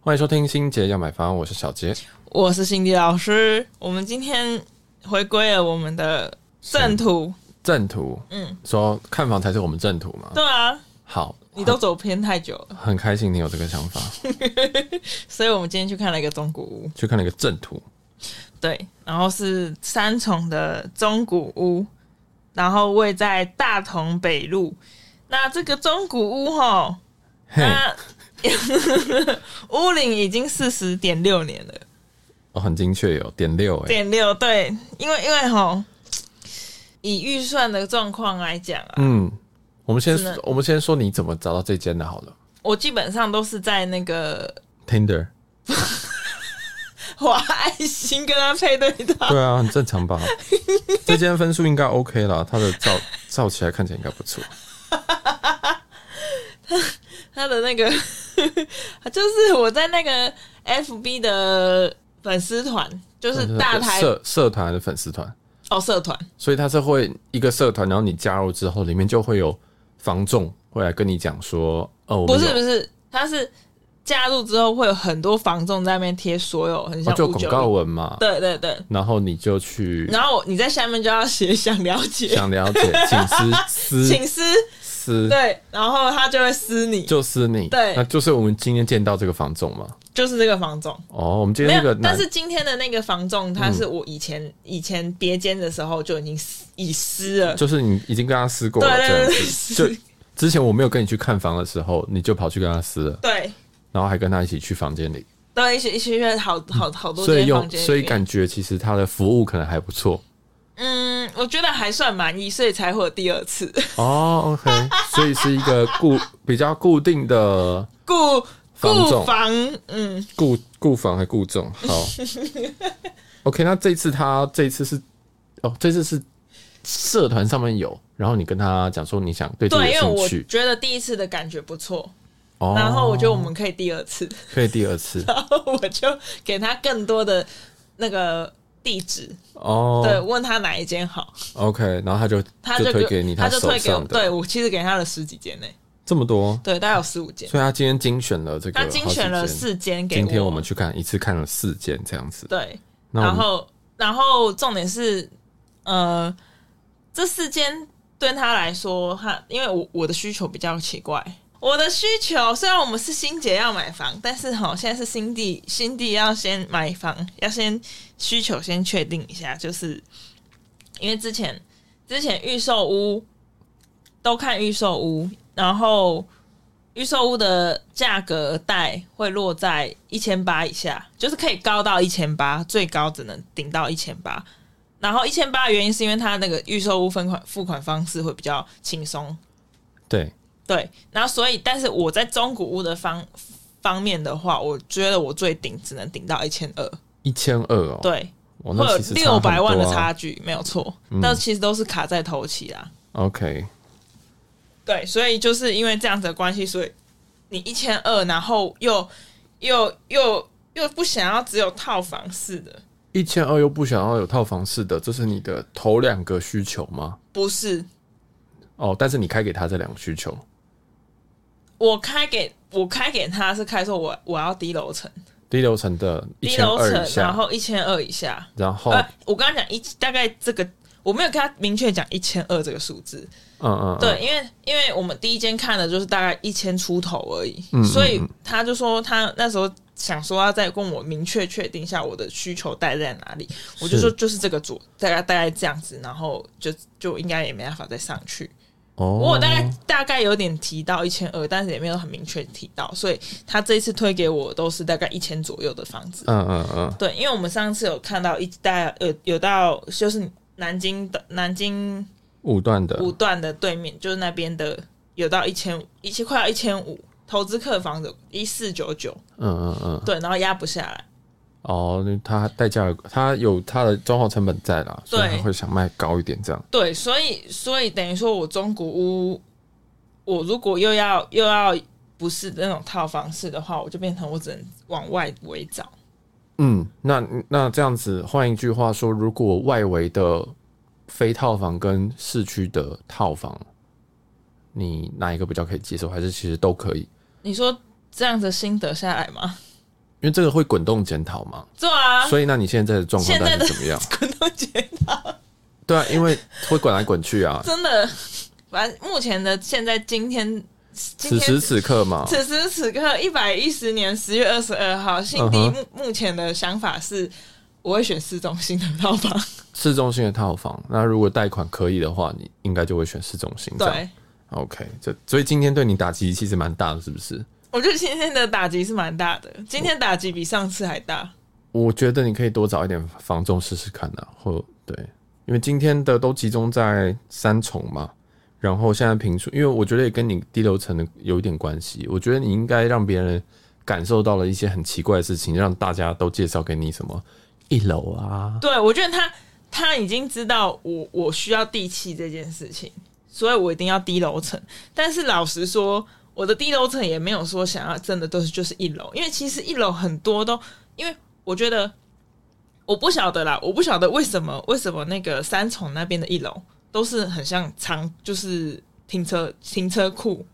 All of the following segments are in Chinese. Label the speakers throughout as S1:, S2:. S1: 欢迎收听新杰要买房，我是小杰。
S2: 我是辛迪老师。我们今天回归了我们的正途，
S1: 正途
S2: 嗯，
S1: 说看房才是我们正途嘛？
S2: 对啊，
S1: 好，
S2: 你都走偏太久了，
S1: 很开心你有这个想法，
S2: 所以我们今天去看了一个中古屋，
S1: 去看了一个正
S2: 啊
S1: 途，
S2: 对，然后是三重的中古屋，然后位在大同北路。那这个中古屋吼，
S1: 嘿，
S2: 那屋龄已经四十点六年了，
S1: 哦，很精确有点六哎，
S2: 点六对，因为因为吼，以预算的状况来讲啊，
S1: 嗯，我们先
S2: 真的
S1: 我们先说你怎么找到这间的好了
S2: 我基本上都是在那个
S1: ，Tinder，
S2: 我爱心跟他配对到，
S1: 对啊，很正常 吧？这间分数应该 OK 啦，它的照照起来看起来应该不错，
S2: 他的那个 就是我在那个 FB 的粉丝团， 就是大
S1: 嗯
S2: 台
S1: 社社团的粉丝团，
S2: 哦社团，
S1: 所以它是会一个社团，然后你加入之后，里面就会有房仲会来跟你讲说，哦，我
S2: 不
S1: 们
S2: 是
S1: 有
S2: 不是，他是加入之后会有很多房仲在那边贴所有很
S1: 哦
S2: 像
S1: 就
S2: 五
S1: 广
S2: 九
S1: 告
S2: 一，
S1: 文嘛，
S2: 对对对，
S1: 然后你就去
S2: 然后你在下面就要写想了解，
S1: 想了解，请私
S2: 请私
S1: 私私
S2: 对，然后他就会私你，
S1: 就私你，
S2: 对
S1: 那就是我们今天见到这个房仲嘛。
S2: 就是这个房仲。
S1: 哦，我们今
S2: 没
S1: 天这个
S2: 有，但
S1: 男嗯
S2: 是今天的那个房仲，他是我以前、以前别间的时候就已经撕已撕了，
S1: 就是你已经跟他撕过
S2: 对
S1: 了，这
S2: 对
S1: 样
S2: 对
S1: 子。
S2: 对，
S1: 就之前我没有跟你去看房的时候，你就跑去跟他撕了，
S2: 对，
S1: 然后还跟他一起去房间里，
S2: 对，一起一起去好好好多
S1: 所以
S2: 间
S1: 用
S2: 房间里面，
S1: 所以感觉其实他的服务可能还不错。
S2: 嗯，我觉得还算满意，所以才会有第二次
S1: 哦，OK，所以是一个固比较固定的
S2: 顾
S1: 房仲
S2: 顾房，嗯，
S1: 固固房还固 重，好。OK，那这次他这次是哦，这次是社团上面有，然后你跟他讲说你想对这个
S2: 对，因为
S1: 有
S2: 我
S1: 兴趣，
S2: 觉得第一次的感觉不错，
S1: 哦
S2: 然后我觉得我们可以第二次，
S1: 可以第二次
S2: 然后我就给他更多的那个地址，对，
S1: 哦。
S2: 问他哪一间好，
S1: OK，然后他就
S2: 他
S1: 推
S2: 就
S1: 给你
S2: 他就
S1: 手
S2: 退给我，
S1: 上的
S2: 对我其实给他了十几间呢，
S1: 这么多，
S2: 对，大概有十五间，
S1: 所以他今天精选了这个
S2: 他
S1: 好几间，
S2: 精选了四间给
S1: 今天我们去看一次看了四间这样子，
S2: 对，
S1: 那我
S2: 然
S1: 们
S2: 后，呃然后重点是，呃，这四间对他来说，他因为我我的需求比较奇怪。我的需求虽然我们是新姐要买房，但是哈，现在是新弟新弟要先买房，要先需求先确定一下，就是因为之前之前预售屋都看预售屋，然后预售屋的价格带会落在一千八以下，就是可以高到一千八，最高只能顶到一千八。然后一千八的原因是因为它那个预售屋分款付款方式会比较轻松，
S1: 对
S2: 对。然后所以，但是我在中古屋的方方面的话，我觉得我最顶只能顶到一千二，
S1: 一千二哦，
S2: 对，
S1: 哇，
S2: 会
S1: 那
S2: 有
S1: 其实差
S2: 六
S1: 很多啊嗯
S2: 百万的差距，没有错。那、其实都是卡在头期啦，
S1: OK，
S2: 对，所以就是因为这样子的关系，所以你一千二，然后又又又又不想要只有套房式的，
S1: 一千二又不想要有套房式的，这是你的头两个需求吗？
S2: 不是
S1: 哦，但是你开给他这两个需求，
S2: 我开给我开给他是开说我我要低楼层，
S1: 低楼层的一
S2: 低
S1: 千
S2: 楼
S1: 二
S2: 层
S1: 以，下，哦
S2: 然后一千二以下。
S1: 然后
S2: 呃，我刚刚讲一大概这个，我没有跟他明确讲一千二这个数字，
S1: 嗯嗯，嗯，
S2: 对，因为因为我们第一间看的就是大概一千出头而已，
S1: 嗯
S2: 所以他就说他那时候想说要再跟我明确确定一下我的需求带在哪里，我就是说就是这个组大概大概这样子，然后就就应该也没办法再上去。
S1: 哦，
S2: 我有大概大概有点提到一千二，但是也没有很明确提到，所以他这一次推给我都是大概一千左右的房子。
S1: 嗯嗯嗯，
S2: 对，因为我们上次有看到一大概有有到就是南京的南京
S1: 五段的
S2: 五段的对面，就是那边的有到一千一千快要一千五，投资客房子一四九九，
S1: 嗯嗯嗯，
S2: 对，然后压不下来，
S1: 哦，那它代价它有它的装潢成本在啦，所以
S2: 对
S1: 它会想卖高一点这样，
S2: 对，所以所以等于说我中古屋，我如果又要又要不是那种套房式的话，我就变成我只能往外围找，
S1: 嗯，那那这样子，换一句话说，如果外围的非套房跟市区的套房，你哪一个比较可以接受？还是其实都可以？
S2: 你说这样子心得下来吗？
S1: 因为这个会滚动检讨嘛，
S2: 做啊，
S1: 所以那你现在的状况
S2: 现
S1: 到
S2: 在
S1: 底
S2: 的
S1: 是怎么样？
S2: 滚动检讨，
S1: 对啊，因为会滚来滚去 啊。
S2: 真的，反正目前的现在今天，今
S1: 此
S2: 天
S1: 时此刻嘛，
S2: 此时此刻一百一十年十月二十二号，信弟
S1: 嗯
S2: 目目前的想法是，我会选市中心的套房，
S1: 市中心的套房，那如果贷款可以的话，你应该就会选市中心。这样
S2: 对。
S1: ，OK，这所以今天对你打击其实蛮大的，是不是？
S2: 我觉得今天的打击是蛮大的，今天打击比上次还大。
S1: 我觉得你可以多找一点房仲试试看啊，或对，因为今天的都集中在三重嘛，然后现在平数，因为我觉得也跟你低楼层的有一点关系，我觉得你应该让别人感受到了一些很奇怪的事情，让大家都介绍给你什么一楼啊，
S2: 对，我觉得他他已经知道我我需要地契这件事情，所以我一定要低楼层。但是老实说，我的低楼层也没有说想要真的都是就是一楼，因为其实一楼很多都，因为我觉得我不晓得啦，我不晓得为什么为什么那个三重那边的一楼都是很像长，就是停车停车库，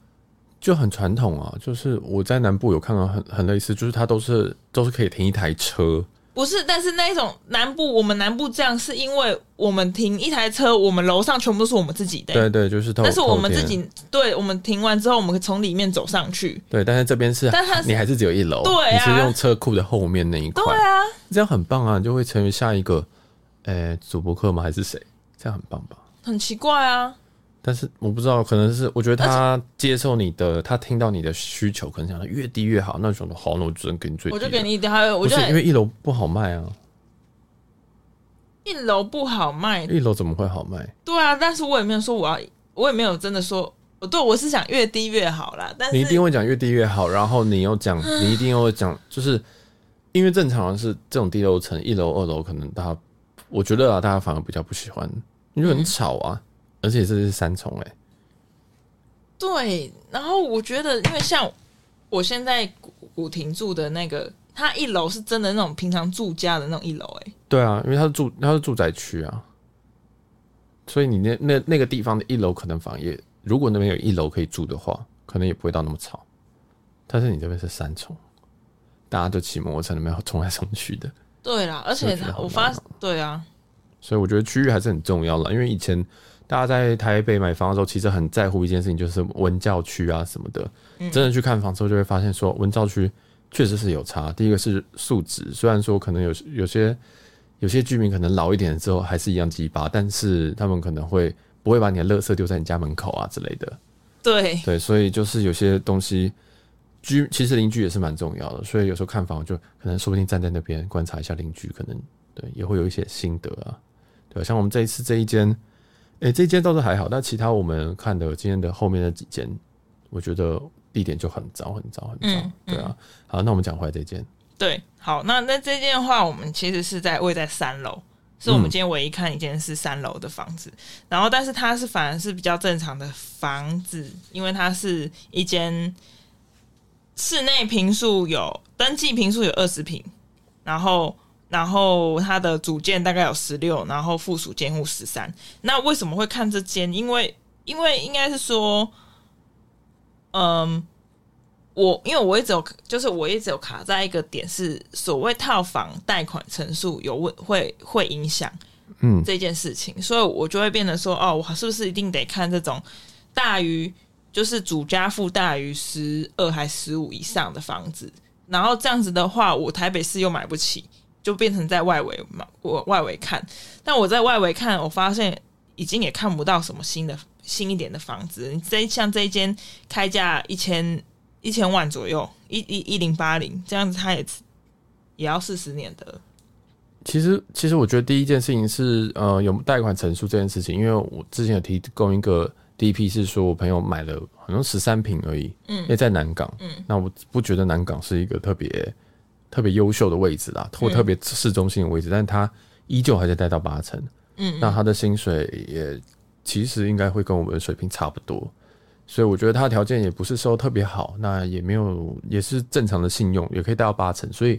S1: 就很传统啊，就是我在南部有看到很很类似，就是它都是都是可以停一台车，
S2: 不是，但是那一种南部，我们南部这样是因为我们停一台车，我们楼上全部都是我们自己的、欸
S1: 对对，就是透，
S2: 但是我们
S1: 透
S2: 自
S1: 天
S2: 己，对我们停完之后，我们从里面走上去。
S1: 对，但是这边是，
S2: 但它是
S1: 你还是只有一楼，
S2: 对啊
S1: 你是用车库的后面那一块，
S2: 对啊，
S1: 这样很棒啊，你就会成为下一个，呃、主播客吗？还是谁？这样很棒吧？
S2: 很奇怪啊。
S1: 但是我不知道，可能是我觉得他接受你的，他听到你的需求，可能想说越低越好。那种的好，那我只能给你最低
S2: 我
S1: 的。
S2: 就给你一点，还有我
S1: 不
S2: 觉
S1: 是因为
S2: 得
S1: 一楼不好卖啊，
S2: 一楼不好卖。
S1: 一楼怎么会好卖？
S2: 对啊，但是我也没有说我要，我也没有真的说，哦对我是想越低越好啦。但
S1: 你一定
S2: 是
S1: 会讲越低越好，然后你又讲，
S2: 啊
S1: 你一定又会讲，就是因为正常的是这种低楼层，一楼、二楼可能大家，我觉得啊，大家反而比较不喜欢，因为
S2: 嗯
S1: 很吵啊，而且这是三重哎、
S2: 对，然后我觉得，因为像我现在古古亭住的那个，它一楼是真的那种平常住家的那种一楼、欸，
S1: 对啊，因为它是住它是住宅区啊，所以你那那那个地方的一楼可能房也，如果那边有一楼可以住的话，可能也不会到那么吵。但是你这边是三重，大家就骑摩托车那边冲来冲去的，
S2: 对啦，而
S1: 我
S2: 且
S1: 觉得
S2: 它
S1: 好
S2: 我发
S1: 难哦，
S2: 对啊，
S1: 所以我觉得区域还是很重要了。因为以前大家在台北买房的时候，其实很在乎一件事情，就是文教区啊什么的。
S2: 嗯
S1: 真的去看房之后，就会发现说文教区确实是有差。第一个是素质，虽然说可能有有些有些居民可能老一点之后还是一样鸡巴，但是他们可能会不会把你的垃圾丢在你家门口啊之类的。
S2: 对，
S1: 对，所以就是有些东西。居其实邻居也是蛮重要的，所以有时候看房就可能说不定站在那边观察一下邻居，可能对也会有一些心得啊。对，像我们这一次这一间，诶、这一间倒是还好，但其他我们看的今天的后面的几间，我觉得地点就很糟很糟很糟。
S2: 嗯
S1: 对啊，好，那我们讲回来这间，
S2: 对，好，那那这间的话，我们其实是在位在三楼，是我们今天唯一看一间是三楼的房子。然后，但是它是反而是比较正常的房子，因为它是一间室内平数有登记平数有二十平，然后然后它的主建大概有十六，然后附属建户十三。那为什么会看这间？因为因为应该是说，嗯。我因为我一直有，就是我一直有卡在一个点是，所谓套房贷款成数有问会会影响
S1: 嗯，
S2: 这件事情，所以我就会变得说，哦，我是不是一定得看这种大于就是主家附大于十二还十五以上的房子，然后这样子的话，我台北市又买不起，就变成在外围嘛，我外围看，但我在外围看，我发现已经也看不到什么新的新一点的房子，你这像这一间开价一千一千万左右，一一一零八零这样子，它也也要四十年的，
S1: 其实，其实我觉得第一件事情是，呃，有贷款成数这件事情，因为我之前有提供一个第一批是说我朋友买了好像十三平而已，嗯，因为在南港，嗯，那我不觉得南港是一个特别特别优秀的位置啦，或特别市中心的位置，但他依旧还在贷到八成，
S2: 嗯，
S1: 那他的薪水也其实应该会跟我们的水平差不多，所以我觉得他的条件也不是说特别好，那也没有也是正常的信用，也可以贷到八成，所以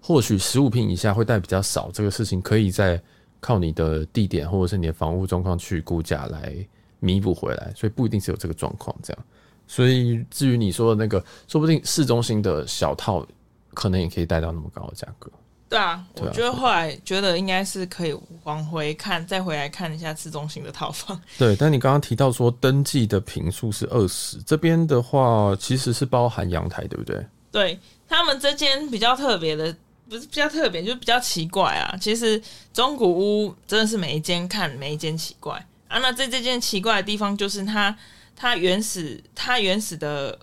S1: 或许十五平以下会贷比较少，这个事情可以在靠你的地点或者是你的房屋状况去估价来弥补回来，所以不一定是有这个状况这样。所以至于你说的那个，说不定市中心的小套可能也可以带到那么高的价格。
S2: 对啊，
S1: 对
S2: 我
S1: 啊
S2: 觉得后来觉得应该是可以往回看，再回来看一下市中心的套房。
S1: 对，但你刚刚提到说登记的平数是二十，这边的话其实是包含阳台，对不对？
S2: 对他们这间比较特别的，不是比较特别，就是比较奇怪啊。其实中古屋真的是每一间看每一间奇怪啊。那这这间奇怪的地方就是它，它原始它原始的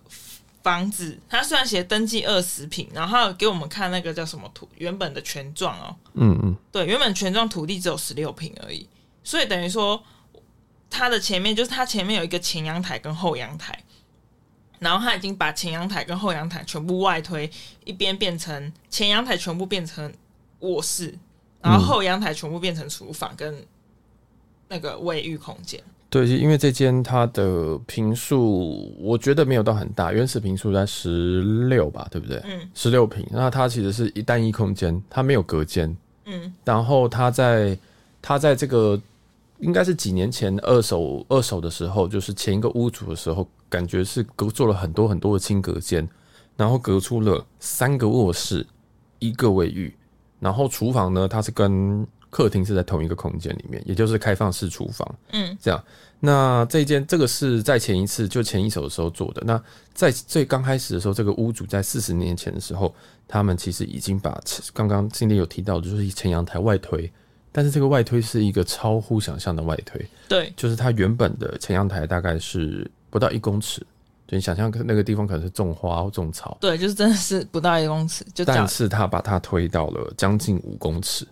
S2: 房子，它虽然写登记二十平，然后它有给我们看那个叫什么图，原本的权状哦，
S1: 嗯嗯，
S2: 对，原本全幢土地只有十六平而已，所以等于说它的前面就是它前面有一个前阳台跟后阳台，然后它已经把前阳台跟后阳台全部外推，一边变成前阳台全部变成卧室，然
S1: 嗯
S2: 后后阳台全部变成厨房跟那个卫浴空间。
S1: 对，因为这间它的平数我觉得没有到很大，原始平数在十六吧，对不对？
S2: 嗯
S1: 十六平，那它其实是一单一空间，它没有隔间，
S2: 嗯，
S1: 然后他在他在这个应该是几年前二手二手的时候，就是前一个屋主的时候，感觉是隔做了很多很多的轻隔间，然后隔出了三个卧室，一个卫浴，然后厨房呢，它是跟客厅是在同一个空间里面，也就是开放式厨房。
S2: 嗯，
S1: 这样。那这一间这个是在前一次就前一手的时候做的。那在最刚开始的时候，这个屋主在四十年前的时候，他们其实已经把前刚刚经理有提到的，就是前阳台外推，但是这个外推是一个超乎想象的外推，
S2: 对，
S1: 就是它原本的前阳台大概是不到一公尺，就你想象那个地方可能是种花或种草，
S2: 对，就是真的是不到一公尺，就这
S1: 但
S2: 样，
S1: 是他把它推到了将近五公尺，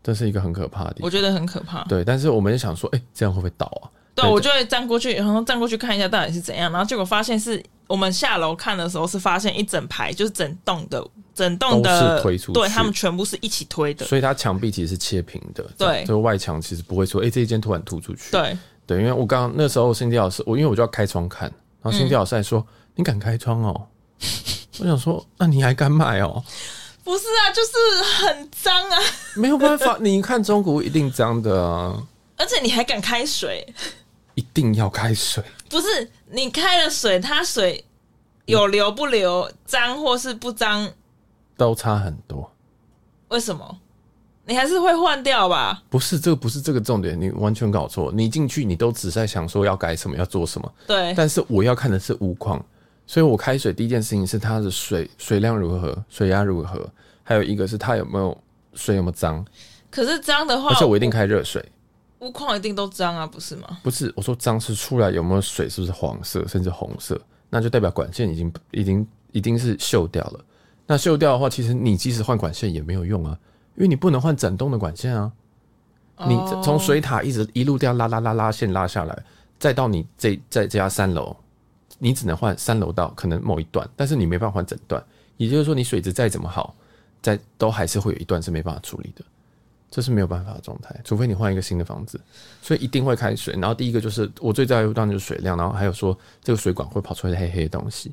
S1: 这是一个很可怕的地方。
S2: 我觉得很可怕。
S1: 对，但是我们也想说，哎、这样会不会倒啊？
S2: 对，
S1: 对
S2: 我就会站过去，然后站过去看一下到底是怎样，然后结果发现是我们下楼看的时候是发现一整排，就是整栋的整栋
S1: 都
S2: 的
S1: 是推出去
S2: 对他们全部是一起推的，
S1: 所以它墙壁其实是切平的，
S2: 对
S1: 这样所以外墙其实不会说，哎、这一间突然突出去，
S2: 对
S1: 对，因为我刚那时候辛迪老师，我因为我就要开窗看，然后辛迪老师还说，你敢开窗 哦？我想说，那你还敢买哦？
S2: 不是啊，就是很脏啊，
S1: 没有办 法，你看中古一定脏的啊，
S2: 而且你还敢开水，
S1: 一定要开水，
S2: 不是你开了水，它水有流不流，脏或是不脏，
S1: 都差很多。
S2: 为什么？你还是会换掉吧？
S1: 不是这个，不是这个重点，你完全搞错。你进去，你都只在想说要改什么，要做什么，
S2: 对，
S1: 但是我要看的是屋况，所以我开水第一件事情是它的水水量如何，水压如何，还有一个是它有没有水有没有脏，
S2: 可是脏的话，
S1: 而且我一定开热水，
S2: 屋况一定都脏啊，不是吗？
S1: 不是我说脏是出来有没有水，是不是黄色甚至红色，那就代表管线已经已经已经是锈掉了。那锈掉的话，其实你即使换管线也没有用啊，因为你不能换整栋的管线啊。你
S2: 哦
S1: 从水塔一直一路这样拉拉拉拉线拉下来，再到你这再加三楼，你只能换三楼到可能某一段，但是你没办法换整段。也就是说，你水质再怎么好，在都还是会有一段是没办法处理的，这是没有办法的状态，除非你换一个新的房子。所以一定会开水。然后第一个就是我最在乎当然就是水量，然后还有说这个水管会跑出来黑黑的东西，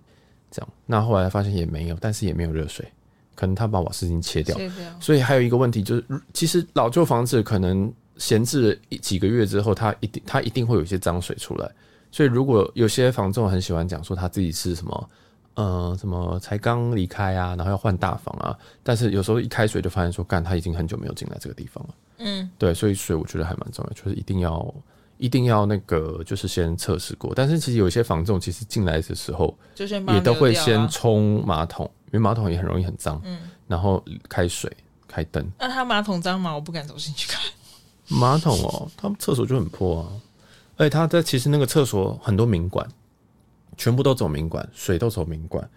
S1: 这样。那后来发现也没有，但是也没有热水，可能他把瓦斯已经切掉，
S2: 切掉
S1: 所以还有一个问题就是，如其实老旧房子可能闲置了一几个月之后，它一定它一定会有一些脏水出来。所以如果有些房仲很喜欢讲说他自己是什么，呃，什么才刚离开啊，然后要换大房啊，但是有时候一开水就发现说，干他已经很久没有进来这个地方了。
S2: 嗯，
S1: 对，所以水我觉得还蛮重要，就是一定要一定要那个就是先测试过。但是其实有些房仲其实进来的时候
S2: 就先把它
S1: 也都会
S2: 丢掉啊嗯
S1: 先冲马桶，因为马桶也很容易很脏，然后开水。开灯，
S2: 那他马桶脏吗？我不敢走进去看。
S1: 马桶哦，他们厕所就很破啊，而且他在其实那个厕所很多明管，全部都走明管，水都走明管。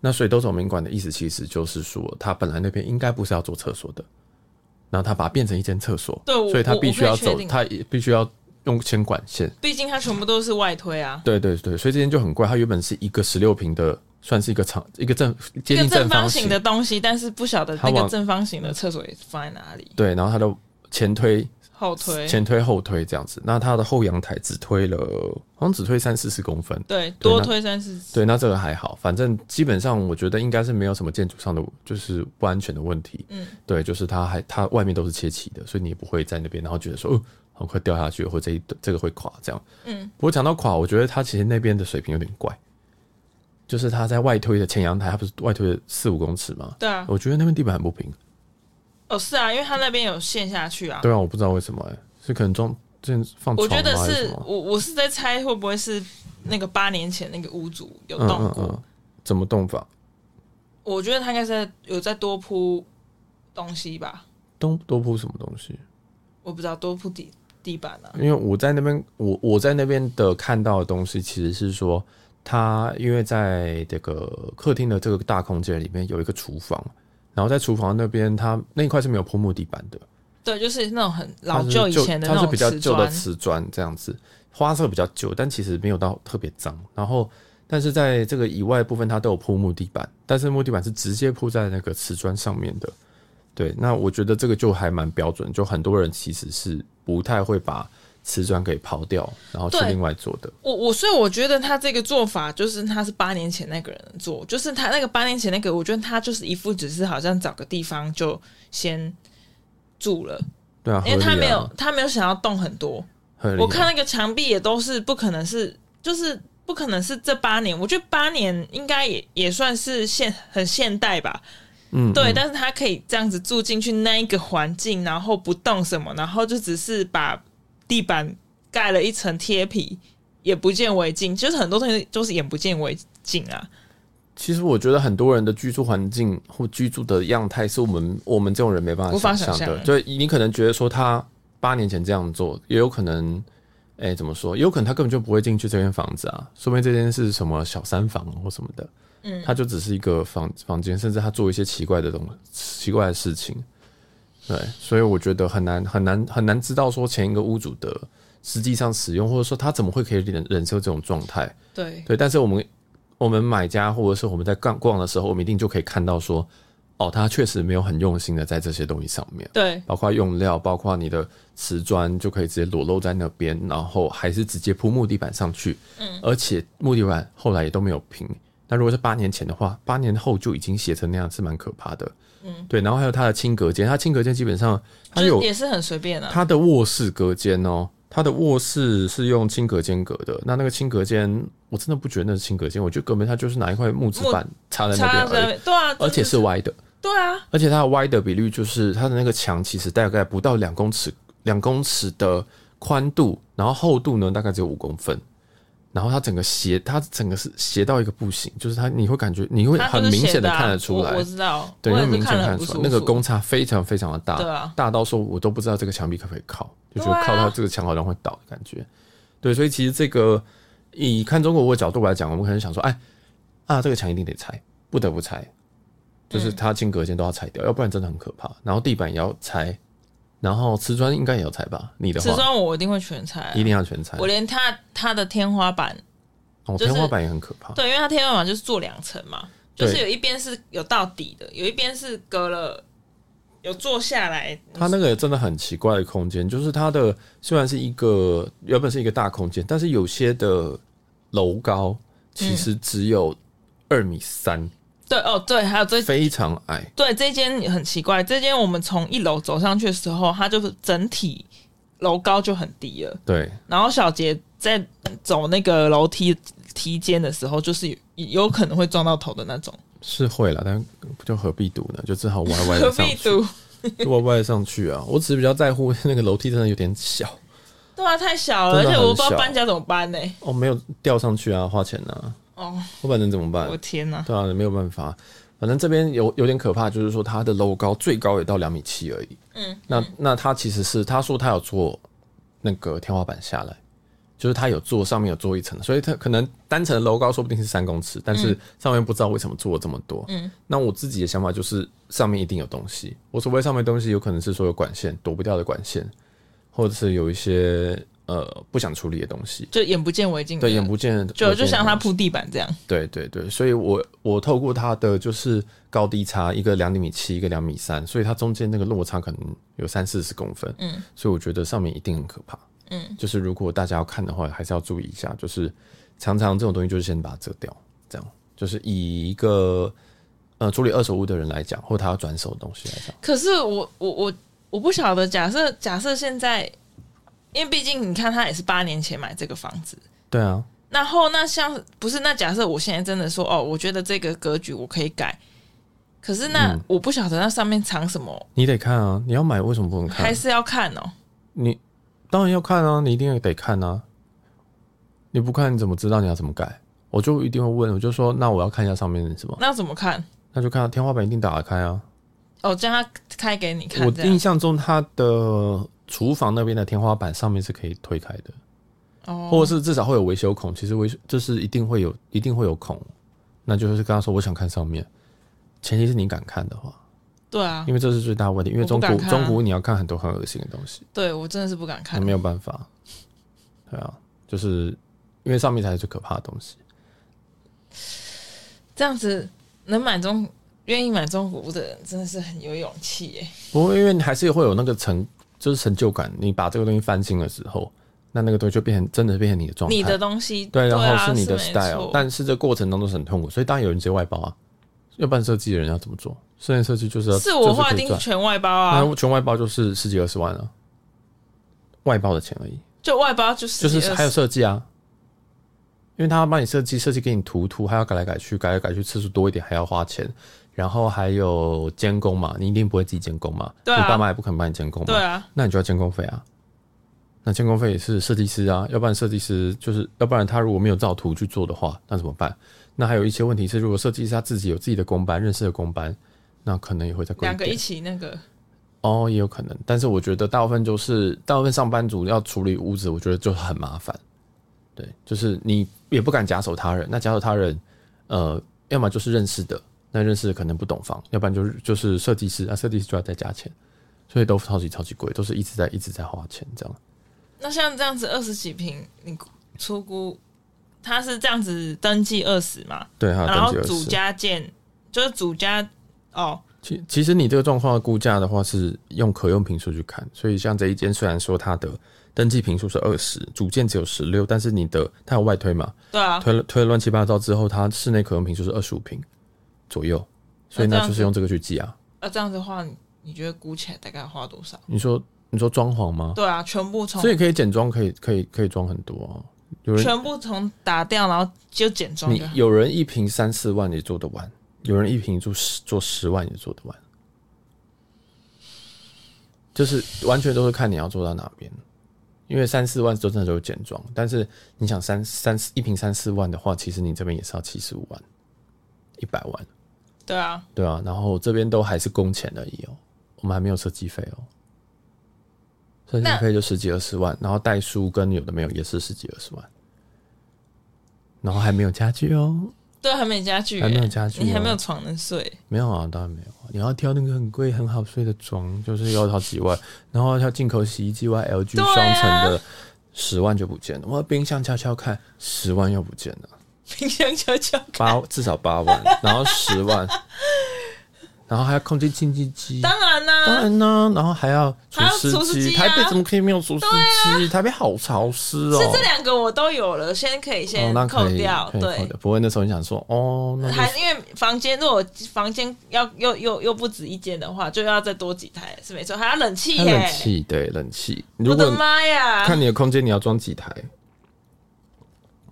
S1: 那水都走明管的意思，其实就是说，他本来那边应该不是要做厕所的，然后他把它变成一间厕所，
S2: 对我
S1: 所以他
S2: 我
S1: 必须要
S2: 我可以确
S1: 走，
S2: 定
S1: 他也必须要用牵管线。
S2: 毕竟它全部都是外推啊，
S1: 对对对，所以这间就很怪，它原本是一个十六平的，算是一个长一个正接
S2: 一个
S1: 近
S2: 正
S1: 正
S2: 方
S1: 方
S2: 形
S1: 形
S2: 的东西，但是不晓得
S1: 它
S2: 那个
S1: 往
S2: 正方形的厕所也放在哪里，
S1: 对，然后它的前推
S2: 后推，
S1: 前推后推这样子，那它的后阳台只推了，好像只推三四十公分，
S2: 对，多
S1: 那
S2: 推三四十，
S1: 对，那这个还好，反正基本上我觉得应该是没有什么建筑上的就是不安全的问题。
S2: 嗯，
S1: 对，就是它还它外面都是切齐的，所以你也不会在那边然后觉得说哦，很快掉下去或这一这个会垮这样。
S2: 嗯，
S1: 不过讲到垮，我觉得它其实那边的水平有点怪，就是它在外推的前阳台，它不是外推了四五公尺吗？
S2: 对啊，
S1: 我觉得那边地板很不平。
S2: 哦是啊，因为它那边有陷下去啊。
S1: 对啊，我不知道为什么、欸，是可能装之前放
S2: 我
S1: 床
S2: 觉
S1: 吗
S2: 得
S1: 还是
S2: 是
S1: 什么？
S2: 我我是在猜会不会是那个八年前那个屋主有
S1: 嗯
S2: 动
S1: 嗯
S2: 过，
S1: 嗯，怎么动法？
S2: 我觉得他应该是在有在多铺东西吧，
S1: 东多铺什么东西？
S2: 我不知道多铺地地板啊。
S1: 因为我在那边，我我在那边的看到的东西，其实是说，它因为在这个客厅的这个大空间里面有一个厨房，然后在厨房那边，它那一块是没有铺木地板的，
S2: 对，就是那种很
S1: 它
S2: 老
S1: 是
S2: 旧以前的那
S1: 它是
S2: 种
S1: 比较
S2: 瓷
S1: 旧的
S2: 砖，
S1: 瓷砖这样子，花色比较旧，但其实没有到特别脏。然后，但是在这个以外的部分，它都有铺木地板，但是木地板是直接铺在那个瓷砖上面的。对，那我觉得这个就还蛮标准，就很多人其实是不太会把瓷砖给刨掉，然后去
S2: 对
S1: 另外做的。
S2: 我我所以我觉得他这个做法就是他是八年前那个人做，就是他那个八年前那个，我觉得他就是一副只是好像找个地方就先住了，
S1: 对啊，
S2: 因
S1: 合
S2: 为
S1: 理
S2: 他
S1: 啊
S2: 没有他没有想要动很多。
S1: 合理啊
S2: 我看那个墙壁也都是不可能是就是。不可能是这八年，我觉得八年应该也也算是现很现代吧，
S1: 嗯
S2: 对，但是他可以这样子住进去那一个环境，然后不动什么，然后就只是把地板盖了一层贴皮，也不见为净。就是很多东西就是眼不见为净啊。
S1: 其实我觉得很多人的居住环境或居住的样态，是我们我们这种人没办
S2: 无法
S1: 法想象
S2: 想
S1: 的。
S2: 象
S1: 就你可能觉得说他八年前这样做，也有可能，哎、怎么说？也有可能他根本就不会进去这间房子啊，说明这间是什么小三房或什么的。嗯，他就只是一个房房间，甚至他做一些奇怪的东奇怪的事情。对，所以我觉得很难很难很难知道说前一个屋主的实际上使用，或者说他怎么会可以忍忍受这种状态。
S2: 对，
S1: 对，但是我们我们买家或者是我们在逛逛的时候，我们一定就可以看到说，哦，他确实没有很用心的在这些东西上面，
S2: 对，
S1: 包括用料，包括你的瓷砖就可以直接裸露在那边，然后还是直接铺木地板上去，嗯，而且木地板后来也都没有平。那如果是八年前的话，八年后就已经写成那样，是蛮可怕的。嗯，对，然后还有它的轻隔间，它轻隔间基本上它
S2: 就
S1: 有
S2: 是也是很随便啊。
S1: 它的卧室隔间哦，它的卧室是用轻隔间隔的。那那个轻隔间，我真的不觉得那是轻隔间，我觉得根本它就是拿一块木质板插在那边
S2: 插
S1: 而已，
S2: 对啊，
S1: 而且
S2: 就是
S1: 歪的，
S2: 对啊，
S1: 而且它的歪的比率就是它的那个墙其实大概不到两公尺，两公尺的宽度，然后厚度呢大概只有五公分。然后它整个斜，它整个是斜到一个不行，就是它你会感觉你会
S2: 他
S1: 很
S2: 就是
S1: 明
S2: 写
S1: 显的
S2: 啊
S1: 看得出来，
S2: 我我知道，
S1: 对，
S2: 我
S1: 因
S2: 也
S1: 为
S2: 是
S1: 明显
S2: 看得
S1: 看得
S2: 很不
S1: 出
S2: 舒
S1: 来，那个
S2: 服
S1: 公差非常非常的大，
S2: 对啊
S1: 大到说我都不知道这个墙壁可不可以靠，就觉得
S2: 对啊
S1: 靠到这个墙好像会倒的感觉。
S2: 啊
S1: 对，所以其实这个以看中国屋的角度来讲，我们可能想说，哎啊，这个墙一定得拆，不得不拆，就是它间隔间都要拆掉，要不然真的很可怕。然后地板也要拆，然后瓷砖应该也要拆吧？你的
S2: 瓷
S1: 话
S2: 砖我一定会全拆啊、
S1: 一定要全拆
S2: 我，连他他的天花板，
S1: 哦，
S2: 就是
S1: 天花板也很可怕。
S2: 对，因为他天花板就是做两层嘛，就是
S1: 对
S2: 有一边是有到底的，有一边是隔了有坐下来，
S1: 它那个真的很奇怪的空间，就是它的虽然是一个原本是一个大空间，但是有些的楼高其实只有二米三、
S2: 对哦，对，还有这
S1: 非常矮。
S2: 对这间也很奇怪，这间我们从一楼走上去的时候，它就是整体楼高就很低了。
S1: 对，
S2: 然后小杰在走那个楼梯梯间的时候，就是有有可能会撞到头的那种，
S1: 是会了，但就何必堵呢？就只好歪歪
S2: 何
S1: 的上
S2: 必
S1: 去，
S2: 读？
S1: 歪歪的上去啊！我只是比较在乎那个楼梯真的有点小，
S2: 对啊，太小了，而
S1: 真的
S2: 且
S1: 很
S2: 我不知道
S1: 小
S2: 搬家怎么搬呢、
S1: 哦，没有掉上去啊，花钱啊，
S2: 哦，
S1: 我反正怎么办
S2: 我？天哪、
S1: 对啊，没有办法。反正这边有有点可怕，就是说它的楼高最高也到两米七而已。
S2: 嗯，
S1: 那那它其实是他说他有做那个天花板下来，就是他有做上面有做一层，所以它可能单层的楼高说不定是三公尺，但
S2: 嗯
S1: 是上面不知道为什么做了这么多。嗯，那我自己的想法就是上面一定有东西。我所谓上面东西，有可能是说有管线躲不掉的管线，或者是有一些呃不想处理的东西。
S2: 就眼不见为净。
S1: 对，眼不见
S2: 嗯就
S1: 为净
S2: 就
S1: 的
S2: 像他
S1: 东西
S2: 铺地板这样。
S1: 对对对，所以我我透过它的就是高低差，一个两米七，一个两米三，所以它中间那个落差可能有三四十公分。嗯，所以我觉得上面一定很可怕。嗯，就是如果大家要看的话，还是要注意一下，就是常常这种东西就是先把它遮掉，这样就是以一个呃处理二手物的人来讲，或他要转手的东西来讲，
S2: 可是我我我我不晓得，假设假设现在，因为毕竟你看他也是八年前买这个房子，
S1: 对啊，
S2: 然后那像不是那假设我现在真的说哦，我觉得这个格局我可以改，可是那、
S1: 嗯
S2: 我不晓得那上面藏什么，
S1: 你得看啊，你要买为什么不能看
S2: 还？是要看哦。
S1: 你当然要看啊，你一定得看啊。你不看你怎么知道你要怎么改？我就一定会问，我就说那我要看一下上面是什么，
S2: 那要怎么看？
S1: 那就看、啊、天花板一定打得开啊。
S2: 哦，叫他开给你看
S1: 我
S2: 这
S1: 印
S2: 样。
S1: 象中它的厨房那边的天花板上面是可以推开的，
S2: 哦，
S1: 或者是至少会有维修孔。其实维修就是一定会有，一定会有孔。那就是跟他说我想看上面，前提是你敢看的话，
S2: 对啊，
S1: 因为这是最大问题。因为
S2: 我不
S1: 中古、
S2: 敢看啊
S1: 中古你要看很多很恶心的东西。
S2: 对我真的是不敢
S1: 那
S2: 看。
S1: 没有办法。对啊，就是因为上面才是最可怕的东西。
S2: 这样子能买中愿意买中古屋的人真的是很有勇气耶。
S1: 不过因为你还是会有那个成，就是成就感。你把这个东西翻新的时候，那那个东西就变成真的变成你的状态，
S2: 你的东西
S1: 对，然
S2: 啊
S1: 后你的
S2: 没
S1: style、
S2: 错
S1: 但是这过程当中是很痛苦，所以当然有人直接外包啊，要不然设计的人要怎么做？室内设计就是要
S2: 是我
S1: 就是
S2: 划
S1: 可以
S2: 定
S1: 赚
S2: 全外包啊，
S1: 那全外包就是十几二十万啊，外包的钱而已。
S2: 就外包就
S1: 就
S2: 是
S1: 是还有
S2: 20
S1: 设计啊，因为他要帮你设计，设计给你图图，还要改来改去，改来改去次数多一点，还要花钱，然后还有监工嘛，你一定不会自己监工嘛，
S2: 对啊
S1: 你爸妈也不可能帮你监工嘛，
S2: 对啊，
S1: 那你就要监工费啊。那监工费也是设计师啊，要不然设计师就是，要不然他如果没有照图去做的话，那怎么办？那还有一些问题是，如果设计师他自己有自己的工班，认识的工班，那可能也会再贵
S2: 两
S1: 一
S2: 个
S1: 点
S2: 一。起那个
S1: 哦，也有可能，但是我觉得大部分就是大部分上班族要处理屋子，我觉得就很麻烦。对，就是你也不敢假手他人，那假手他人，呃，要么就是认识的，那认识的可能不懂房，要不然就是就是设计师，那、设计师就要再加钱，所以都超级超级贵，都是一直在一直在花钱这样。
S2: 那像这样子二十几平，你出估它是这样子登记二十嘛，
S1: 对，还有
S2: 然
S1: 啊登
S2: 后
S1: 记二
S2: 主
S1: 十。
S2: 家建就是主家哦，
S1: 其其实你这个状况的估价的话，是用可用平数去看，所以像这一间虽然说它的登记平数是二十，主建只有十六，但是你的它有外推嘛，
S2: 对啊，
S1: 推了推了乱七八糟之后，它室内可用平数是二十五平左右，所以
S2: 那
S1: 那
S2: 这
S1: 就
S2: 样
S1: 是
S2: 子
S1: 用这个去计啊。
S2: 那这样子的话，你你觉得估起来大概要花多少？
S1: 你说你说装潢吗？
S2: 对啊，全部从
S1: 所以可以简装，可以可以可以装很多啊。有人
S2: 全部从打掉，然后就简装
S1: 你
S2: 就好。
S1: 有人一平三四万也做得完，有人一平做十做十万也做得完，就是完全都是看你要做到哪边。因为三四万都真的都是简装，但是你想三三一平三四万的话，其实你这边也是要七十五万、一百万。
S2: 对啊，
S1: 对啊，然后这边都还是工钱而已哦，我们还没有设计费哦，设计
S2: 那
S1: 费就十几二十万，然后代书跟有的没有也是十几二十万，然后还没有家具哦，
S2: 对啊，还没家具耶、
S1: 还没有家具哦
S2: 你还没有床能睡，
S1: 没有啊，当然没有啊，你要挑那个很贵很好睡的床，就是要好几万，然后要进口洗衣机 YLG
S2: 对啊
S1: 双层的，十万就不见了，我冰箱悄悄看十万又不见了。
S2: 冰箱悄悄看。
S1: 八至少八万，然后十万，然后还要空气净化机，
S2: 当然啊啦、
S1: 当然呢、然后还要除
S2: 还要除
S1: 湿
S2: 湿
S1: 机，
S2: 机啊啊
S1: 台北怎么可以没有除湿机？台北好潮湿哦。
S2: 是这两个我都有了，先可以
S1: 哦
S2: 先，
S1: 那
S2: 扣
S1: 可以
S2: 掉，
S1: 可以
S2: 对
S1: 扣。掉。不会那时候你想说，哦，那
S2: 还
S1: 就
S2: 因为房间，如果房间要又又又不止一间的话，就要再多几台是没错，还要冷气
S1: 还
S2: 耶！
S1: 冷气，对冷气。如
S2: 我
S1: 果
S2: 的妈呀！
S1: 看你的空间，你要装几台？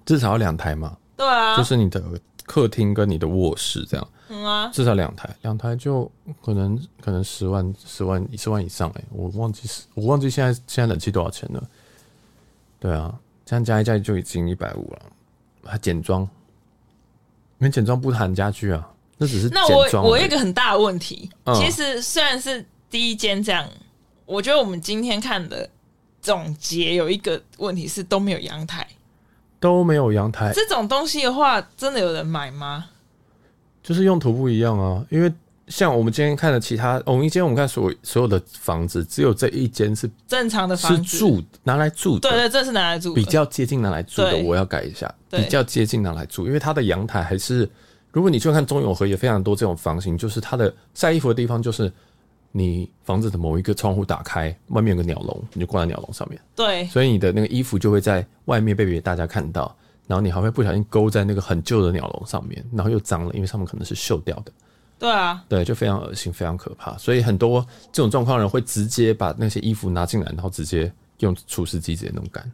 S1: 至少要两台嘛，
S2: 对啊，
S1: 就是你的客厅跟你的卧室这样，
S2: 嗯啊，
S1: 至少两台，两台就可能可能十万、十万、十万以上哎、我忘记是，我忘记现在现在冷气多少钱了。对啊，这样加一加就已经一百五了，还简装，因为简装不含家具啊，那只是
S2: 那
S1: 简
S2: 我
S1: 装
S2: 我
S1: 而
S2: 有
S1: 已
S2: 一个很大的问题，
S1: 嗯
S2: 其实虽然是第一间这样，我觉得我们今天看的总结有一个问题是都没有阳台，
S1: 都没有阳台，
S2: 这种东西的话，真的有人买吗？
S1: 就是用途不一样啊。因为像我们今天看的其他，我们今天我们看所有所有的房子，只有这一间是
S2: 正常的
S1: 是
S2: 房子，
S1: 住拿来住的
S2: 对，对，这是拿来住的，
S1: 比较接近拿来住的，
S2: 对
S1: 我要改一下，
S2: 对
S1: 比较接近拿来住，因为它的阳台还是，如果你去看中永和也非常多这种房型，就是它的晒衣服的地方就是你房子的某一个窗户打开，外面有个鸟笼，你就挂在鸟笼上面，
S2: 对
S1: 所以你的那个衣服就会在外面被别大家看到，然后你还会不小心勾在那个很旧的鸟笼上面，然后又脏了，因为上面可能是锈掉的。
S2: 对啊，
S1: 对，就非常恶心，非常可怕。所以很多这种 状况的人会直接把那些衣服拿进来，然后直接用除湿机直接弄干。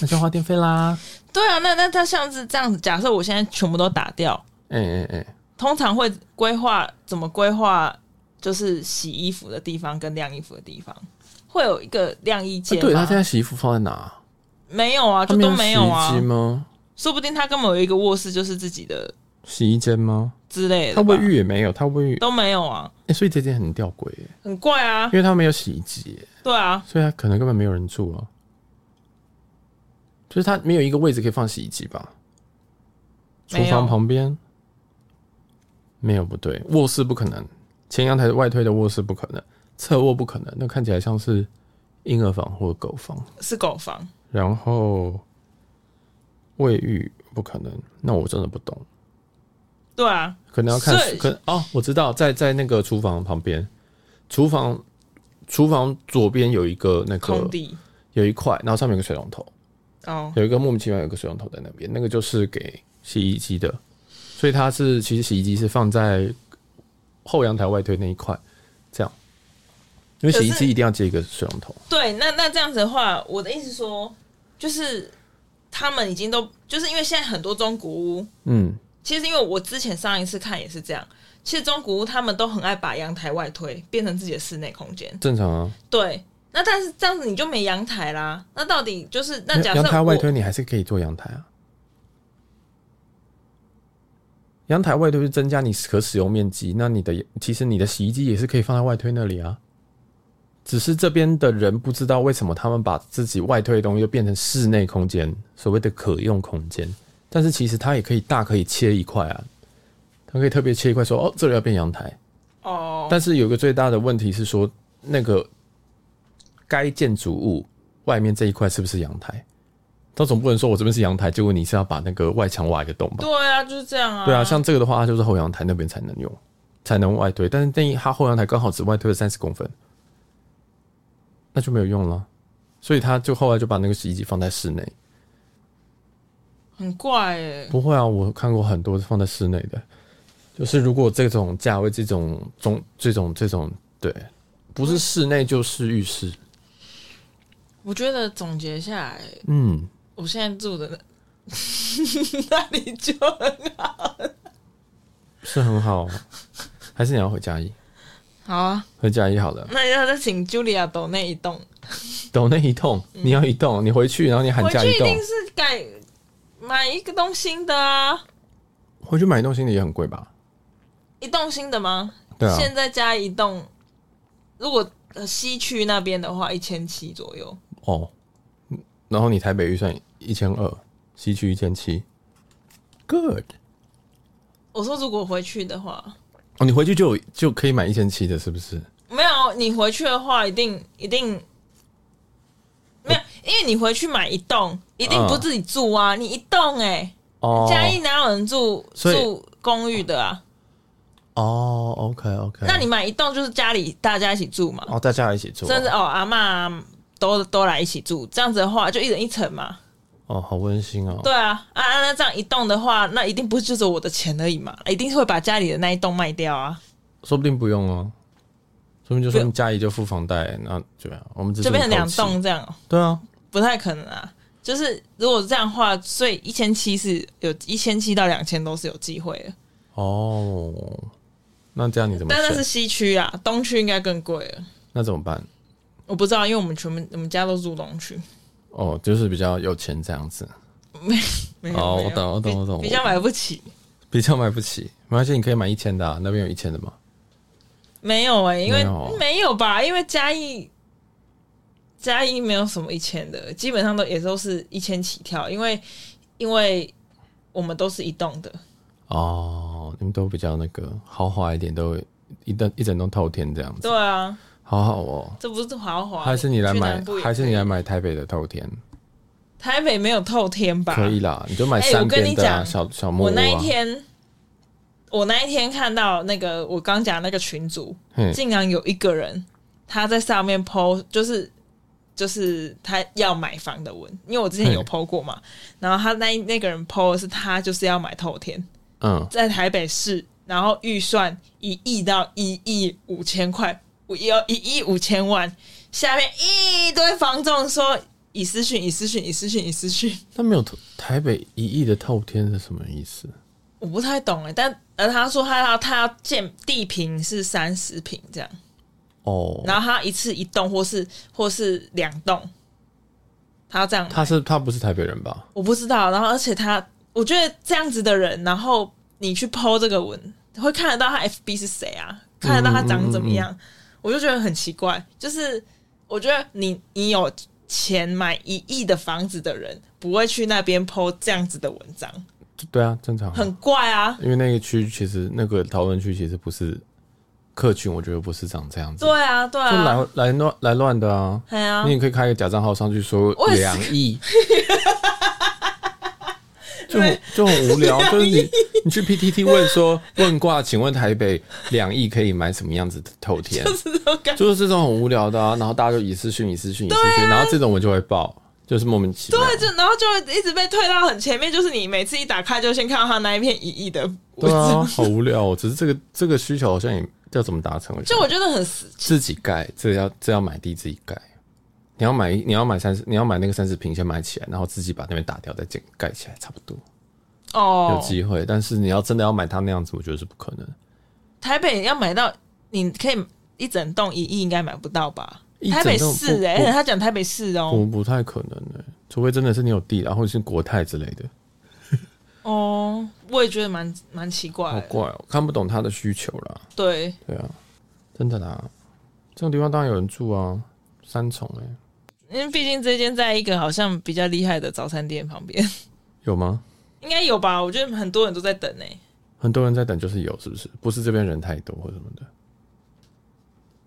S1: 那就要花电费啦。
S2: 对啊，那那他像是这样子，假设我现在全部都打掉，
S1: 哎哎哎，
S2: 通常会规划怎么规划，就是洗衣服的地方跟晾衣服的地方，会有一个晾衣
S1: 啊
S2: 间、吗？
S1: 对他现在洗衣服放在哪？
S2: 没有啊，
S1: 他
S2: 就
S1: 没
S2: 都
S1: 有洗
S2: 没有啊
S1: 衣机，吗？
S2: 说不定他根本有一个卧室就是自己的
S1: 洗衣间吗？
S2: 之类的吧，
S1: 他卫浴也没有，他卫浴、
S2: 都没有啊，
S1: 哎，所以这件很吊诡耶，
S2: 很怪啊
S1: 因，为他没有洗衣机耶，
S2: 对啊，
S1: 所以他可能根本没有人住啊。就是他没有一个位置可以放洗衣机吧？厨
S2: 没有
S1: 房旁边没有不对，卧室不可能，前阳台外推的卧室不可能，侧卧不可能，那看起来像是婴儿房或狗房。
S2: 是狗房，
S1: 然后卫浴不可能，那我真的不懂，
S2: 对啊，
S1: 可能要看
S2: 所以，
S1: 可哦，我知道，在在那个厨房旁边，厨房厨房左边有一个那
S2: 空
S1: 个
S2: 地
S1: 有一块，然后上面有个水龙头，
S2: 哦，
S1: 有一个莫名其妙有一个水龙头在那边，那个就是给洗衣机的，所以它是其实洗衣机是放在后阳台外推那一块，这样，因为洗衣
S2: 可是
S1: 机一定要接一个水龙头，
S2: 对，那那这样子的话，我的意思说，就是他们已经都就是因为现在很多中古屋，
S1: 嗯，
S2: 其实因为我之前上一次看也是这样，其实中古屋他们都很爱把阳台外推，变成自己的室内空间。
S1: 正常啊，
S2: 对，那但是这样子你就没阳台啦。那到底就是那
S1: 没有
S2: 假设
S1: 阳台外
S2: 我
S1: 推你还是可以做阳台啊。阳台外推是增加你可使用面积，那你的其实你的洗衣机也是可以放在外推那里啊。只是这边的人不知道为什么他们把自己外推的东西就变成室内空间，所谓的可用空间。但是其实它也可以大可以切一块啊，它可以特别切一块说哦，这里要变阳台。
S2: 哦，
S1: 但是有一个最大的问题是说，那个该建筑物外面这一块是不是阳台？他总不能说我这边是阳台，结果你是要把那个外墙挖一个洞吧？
S2: 对啊，就是这样啊。
S1: 对啊，像这个的话，它就是后阳台那边才能用，才能外推。但是那一它后阳台刚好只外推了三十公分，那就没有用了。所以他就后来就把那个洗衣机放在室内。
S2: 很怪哎、
S1: 不会啊，我看过很多是放在室内的，就是如果这种价位、这种中、这种、这种，对，不是室内就是浴室。
S2: 我觉得总结下来，
S1: 嗯，
S2: 我现在住的那 那里就很
S1: 是很好啊，还是你要回嘉义？
S2: 好啊。
S1: 回嘉义好了，
S2: 那要再请 Julia 抖那一栋，
S1: 抖那一栋，你要一栋，你回去，然后你喊
S2: 嗯回
S1: 价
S2: 去
S1: 一
S2: 一
S1: 栋，
S2: 定是改买一个栋新的啊，
S1: 回去买一栋新的也很贵吧？
S2: 一栋新的吗？
S1: 对啊，
S2: 现在加一栋，如果呃西区那边的话，一千七左右。
S1: 哦，然后你台北预算一千二，西区一千七，good。
S2: 我说如果回去的话，
S1: 哦，你回去就有就可以买一千七的，是不是？
S2: 没有你回去的话，一定一定没有，因为你回去买一栋，一定不自己住啊，你一栋哎、
S1: 哦
S2: 嘉义哪有人住
S1: 所以
S2: 住公寓的啊？
S1: 哦，OK OK，
S2: 那你买一栋就是家里大家一起住嘛，
S1: 哦，大家一起做，
S2: 甚至哦阿妈都都来一起住，这样子的话就一人一层嘛。
S1: 哦，好温馨哦。
S2: 对啊，啊，啊那这样一栋的话，那一定不是就是我的钱而已嘛，一定会把家里的那一栋卖掉啊，
S1: 说不定不用哦，说不定就说
S2: 不
S1: 你家里就付房贷，那对啊，我们只是
S2: 就变成两
S1: 口气。
S2: 栋这样，
S1: 对啊，
S2: 不太可能啊。就是如果这样的话，所以一千七是有一千七到两千都是有机会的，
S1: 哦，那这样你怎么
S2: 但那是
S1: 选？
S2: 西区啊，东区应该更贵了。
S1: 那怎么办？
S2: 我不知道，因为我们全部我们家都住东区，
S1: 哦，就是比较有钱这样子，
S2: 没有，
S1: 哦
S2: 没有
S1: 我懂我懂
S2: 比
S1: 我懂
S2: 比较买不起，
S1: 比较买不起。没关系，你可以买一千的、啊，那边有一千的吗？
S2: 没有哎、因
S1: 没
S2: 为
S1: 有
S2: 没有吧，因为嘉义嘉义没有什么一千的，基本上都也都是一千起跳，因为因为我们都是一栋的，
S1: 哦，你们都比较那个豪华一点，都一栋一整栋透天这样子，
S2: 对啊，
S1: 好好哦。
S2: 这不是豪华，
S1: 还是你来
S2: 去
S1: 买
S2: 南部也，
S1: 还是
S2: 可以
S1: 你来买台北的透天，
S2: 台北没有透天吧？
S1: 可以啦，你就买
S2: 哎
S1: 三
S2: 我跟
S1: 边
S2: 你
S1: 的啊、
S2: 讲
S1: 小小木屋
S2: 我
S1: 啊。
S2: 那一天。我那一天看到那个我刚讲那个群组，
S1: 嘿
S2: 竟然有一个人他在上面 PO，就是就是他要买房的文，因为我之前有
S1: 嗯
S2: PO 过嘛。然后他那那个人 PO 的是他就是要买透天，
S1: 嗯，
S2: 在台北市，然后预算一亿到一亿五千块，我要一亿五千万。下面一堆房仲说已私讯，已私讯，已私讯，已私讯，
S1: 那没有透台北一亿的透天是什么意思？
S2: 我不太懂哎。但而他说他要他要建地坪是三十平这样，
S1: 哦，
S2: 然后他一次一栋或是或是两栋，他要这样买。
S1: 他是他不是台北人吧？
S2: 我不知道。然后而且他，我觉得这样子的人，然后你去 PO 这个文，会看得到他 FB 是谁啊，看得到他长怎么
S1: 嗯
S2: 样，我就觉得很奇怪。就是我觉得你你有钱买一亿的房子的人，不会去那边 PO 这样子的文章，
S1: 对啊，正常啊。
S2: 很怪啊。
S1: 因为那个区其实那个讨论区其实不是客群，我觉得不是长这样子，
S2: 对啊，对
S1: 就
S2: 啊，
S1: 来来乱来乱的啊。
S2: 对啊
S1: 那。你可以开个假账号上去说
S2: 我也是
S1: 两 亿，就很就很无聊。就是你你去 PTT 问说问卦，请问台北两亿可以买什么样子的透天？
S2: 就是 这种感觉，
S1: 就是这种很无聊的啊。然后大家就以私讯以私讯以私讯，然后这种我就会爆，就是莫名其妙。
S2: 啊对，啊就然后就会一直被推到很前面，就是你每次一打开就先看到他那一片一亿的文
S1: 对啊，
S2: 字，
S1: 好无聊、哦。只是这个这个需求好像也要怎么达成？
S2: 就我觉得很
S1: 自己盖，这个要这个要买地自己盖。你要买你要买三十，你要买那个三十平先买起来，然后自己把那边打掉再建盖起来，差不多
S2: 哦，
S1: 有机会。但是你要真的要买它那样子，我觉得是不可能。
S2: 台北要买到，你可以一整栋一亿，应该买不到吧？
S1: 一整
S2: 台
S1: 栋
S2: 北市哎、
S1: 不不
S2: 他讲台北市哦、
S1: 我不太可能的、除非真的是你有地，然后是国泰之类的。
S2: 哦，我也觉得蛮蛮奇怪
S1: 好
S2: 的，
S1: 怪哦、看不懂他的需求啦。
S2: 对，
S1: 对啊，真的啦，这种地方当然有人住啊，三重哎、
S2: 因为毕竟这间在一个好像比较厉害的早餐店旁边，
S1: 有吗？
S2: 应该有吧？我觉得很多人都在等哎、
S1: 很多人在等，就是有，是不是？不是这边人太多或什么的，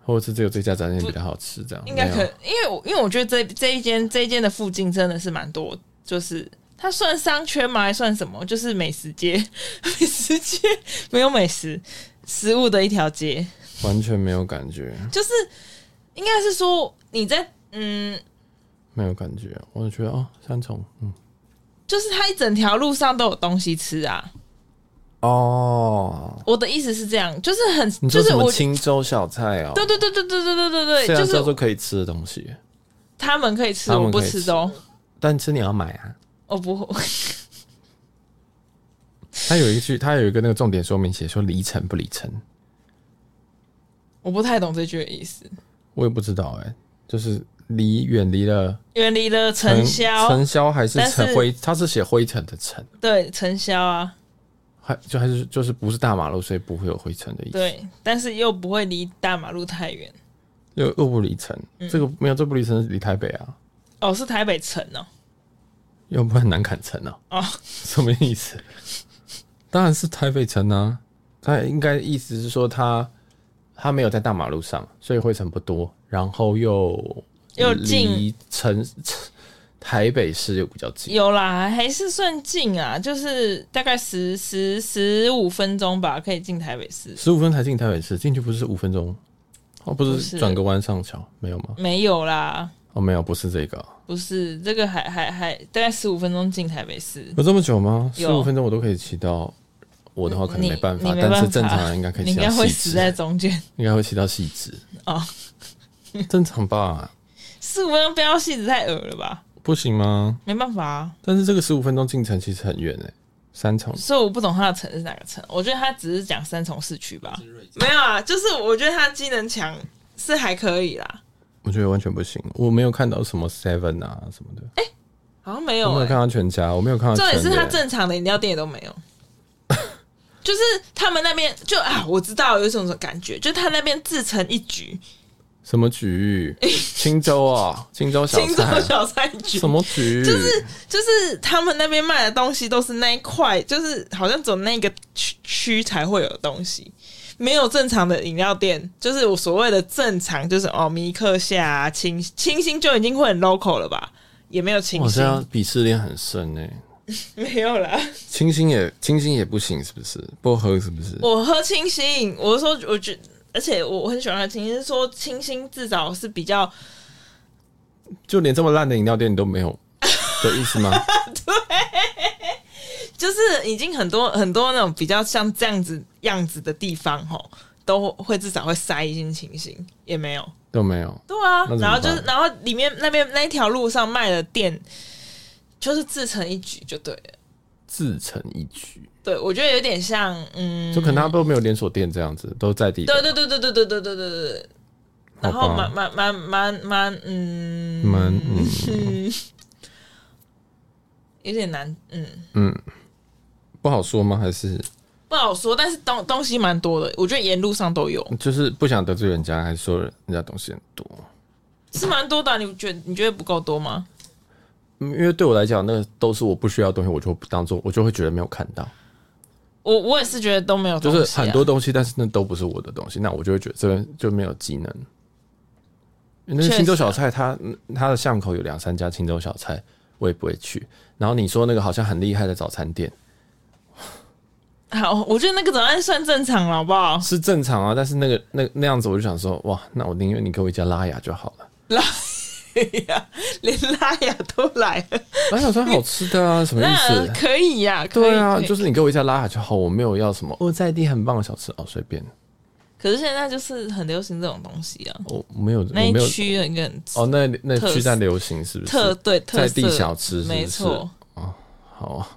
S1: 或者是只有这家早餐店比较好吃，这样
S2: 应该
S1: 没有
S2: 可，因为我因为我觉得这这一间这一间的附近真的是蛮多，就是它算商圈吗？还算什么？就是美食街， 美食街没有美食，食物的一条街。
S1: 完全没有感觉，
S2: 就是应该是说你在嗯，
S1: 没有感觉，我就觉得哦，三重，嗯，
S2: 就是它一整条路上都有东西吃啊。
S1: 哦，
S2: 我的意思是这样，就是很
S1: 你
S2: 就
S1: 说
S2: 是
S1: 什么
S2: 我，
S1: 青州小菜哦？
S2: 对对对对对对对对
S1: 虽
S2: 对，
S1: 然
S2: 就
S1: 叫做
S2: 是
S1: 可以吃的东西，
S2: 他们可以吃，
S1: 他们
S2: 我不
S1: 可以吃
S2: 吃的哦，
S1: 但是你要买啊。
S2: 我不 会。
S1: 它有一句，它有一个那个重点说明写说离城不离城，
S2: 我不太懂这句的意思，
S1: 我也不知道哎、就是离远离了
S2: 远离了尘嚣，
S1: 尘嚣还是
S2: 但
S1: 尘
S2: 是
S1: 灰，它是写灰尘的尘，
S2: 对尘嚣啊，
S1: 还就还是就是不是大马路，所以不会有灰尘的意思。
S2: 对，但是又不会离大马路太远。
S1: 又又不离城，
S2: 嗯
S1: 这个没有这不离城是离台北啊，
S2: 哦，是台北城哦，
S1: 要不然南坎城啊，
S2: 哦，
S1: 什么意思？当然是台北城啊，他应该意思是说他他没有在大马路上，所以灰尘不多，然后又
S2: 又
S1: 离
S2: 近
S1: 城台北市又比较近，
S2: 有啦，还是算近啊，就是大概十十十五分钟吧，可以进台北市。
S1: 十五分才进台北市，进去不是五分钟，哦，不
S2: 不
S1: 是
S2: 是
S1: 转个弯上桥没有吗？
S2: 没有啦，
S1: 哦，没有，不是这个啊，
S2: 不是，这个还还还大概十五分钟进台北市，
S1: 有这么久吗？十
S2: 有
S1: 五分钟我都可以骑到。我的话可能
S2: 你
S1: 没办法，
S2: 你没
S1: 但
S2: 办
S1: 是
S2: 法
S1: 正常人应该可以
S2: 你
S1: 骑到
S2: 应该会
S1: 细致
S2: 死在中间
S1: 应该会骑到细致，
S2: 哦。
S1: 正常吧？
S2: 十五分钟不要戏子太恶了吧？
S1: 不行吗？
S2: 没办法、啊，
S1: 但是这个十五分钟进城其实很远哎、三重
S2: 所以我不懂他的城是哪个城，我觉得他只是讲三重市区吧。没有啊，就是我觉得他机能强是还可以啦，
S1: 我觉得完全不行，我没有看到什么 Seven 啊什么的，
S2: 好像没
S1: 我
S2: 有、
S1: 没有
S2: 欸。
S1: 看到全家，我没有看到
S2: 哎重
S1: 全
S2: 点
S1: 联。
S2: 是他正常的饮料店也都没有， 就是他们那边就啊，我知道有一种感觉，就他那边自成一局，
S1: 什么 局？青州啊，青州小
S2: 青州
S1: 菜，
S2: 小菜局
S1: 什么局？
S2: 就是就是他们那边卖的东西都是那一块，就是好像只有那个区区才会有的东西，没有正常的饮料店。就是我所谓的正常，就是哦，米克夏、啊、清清新就已经会很 local 了吧？也没有清
S1: 我哦这
S2: 新，
S1: 样鄙视链很深哎、
S2: 没有啦。
S1: 清新也清新也不行是不是？不喝是不是？
S2: 我喝清新，我是说我觉而且我我很喜欢喝清新，是说清新至少是比较
S1: 就连这么烂的饮料店你都没 有的意思吗？
S2: 就是已经很多很多那种比较像这样子样子的地方吼，都会至少会塞一些清新，也没有。
S1: 都没有，
S2: 对啊
S1: 那怎，么
S2: 然后就是
S1: 办
S2: 然后里面那边那一条路上卖的店，就是自成一局就对了。
S1: 自成一局，
S2: 对，我觉得有点像，嗯，
S1: 就可能他都没有连锁店这样子，都在地的
S2: 对对对对对对对对对对对。然后
S1: 好吧
S2: 蛮蛮蛮蛮蛮，嗯，
S1: 蛮嗯
S2: 嗯，有点难，嗯，
S1: 不好说吗？还是
S2: 不好说。但是东东西蛮多的，我觉得沿路上都有，
S1: 就是不想得罪人家，还是说人家东西很多？
S2: 是蛮多的啊、你觉得你觉得不够多吗？
S1: 嗯，因为对我来讲，那都是我不需要的东西，我就不当做，我就会觉得没有看到，
S2: 我我也是觉得都没有东
S1: 就
S2: 西啊、
S1: 是很多东西，但是那都不是我的东西，那我就会觉得这边就没有技能。那个
S2: 确实啊
S1: 青州小菜它，它的巷口有两三家青州小菜，我也不会去。然后你说那个好像很厉害的早餐店
S2: 好，我觉得那个早餐算正常了，好不好？
S1: 是正常啊，但是那个那那样子，我就想说，哇，那我宁愿你给我一家拉雅就好了。
S2: 呀，连拉雅都来了，
S1: 拉雅算好吃的 啊，什么意
S2: 那
S1: 思？
S2: 可以呀、可以
S1: 对啊，
S2: 可以
S1: 就是你给我一家拉雅就好，我没有要什么哦，在地很棒的小吃哦，随便，
S2: 可是现在就是很流行这种东西啊，
S1: 我没有，我
S2: 那
S1: 没有
S2: 一区的一个很
S1: 哦，那那
S2: 特
S1: 区在流行是不是？
S2: 特对特
S1: 在
S2: 色
S1: 地小吃是不是
S2: 没错，
S1: 好啊，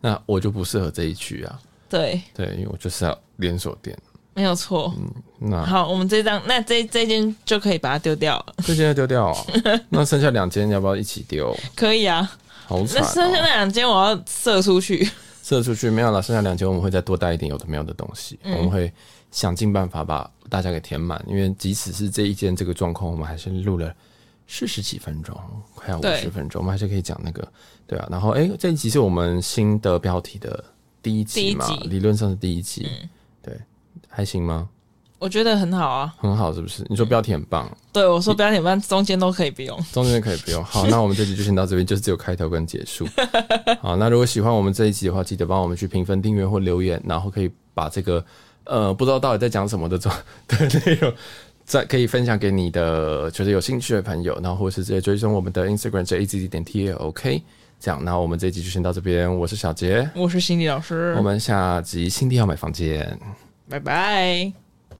S1: 那我就不适合这一区啊，
S2: 对，
S1: 对，因为我就是要连锁店。
S2: 没有错。
S1: 嗯那
S2: 好，我们这张那这这间就可以把它丢掉了，
S1: 这间要丢掉、 哦，那剩下两间要不要一起丢？
S2: 可以啊。
S1: 好
S2: 那
S1: 惨、
S2: 剩下
S1: 哦，
S2: 那两间我要射出去，
S1: 射出去没有了，剩下两间我们会再多带一点有的没有的东西，
S2: 嗯
S1: 我们会想尽办法把大家给填满。因为即使是这一间这个状况，我们还是录了四十几分钟，快要五
S2: 对
S1: 十分钟，我们还是可以讲那个，对啊。然后哎、诶这一集是我们新的标题的第一集嘛
S2: 第一，集嗯
S1: 理论上是第一集，对，还行吗？
S2: 我觉得很好啊。
S1: 很好，是不是？你说标题很棒，
S2: 对我说，不要点半中间都可以不用。
S1: 中间可以不用。好，那我们这集就先到这边，就是只有开头跟结束。好，那如果喜欢我们这一集的话，记得帮我们去评分、订阅或留言，然后可以把这个呃不知道到底在讲什么的这 种的内容。再可以分享给你的就是有兴趣的朋友，然后或是直接追踪我们的 Instagram j a z z 点 t a OK。这样，那我们这一集就先到这边。我是小杰，
S2: 我是心理老师
S1: 我，们下集新地要买房见。
S2: 拜拜。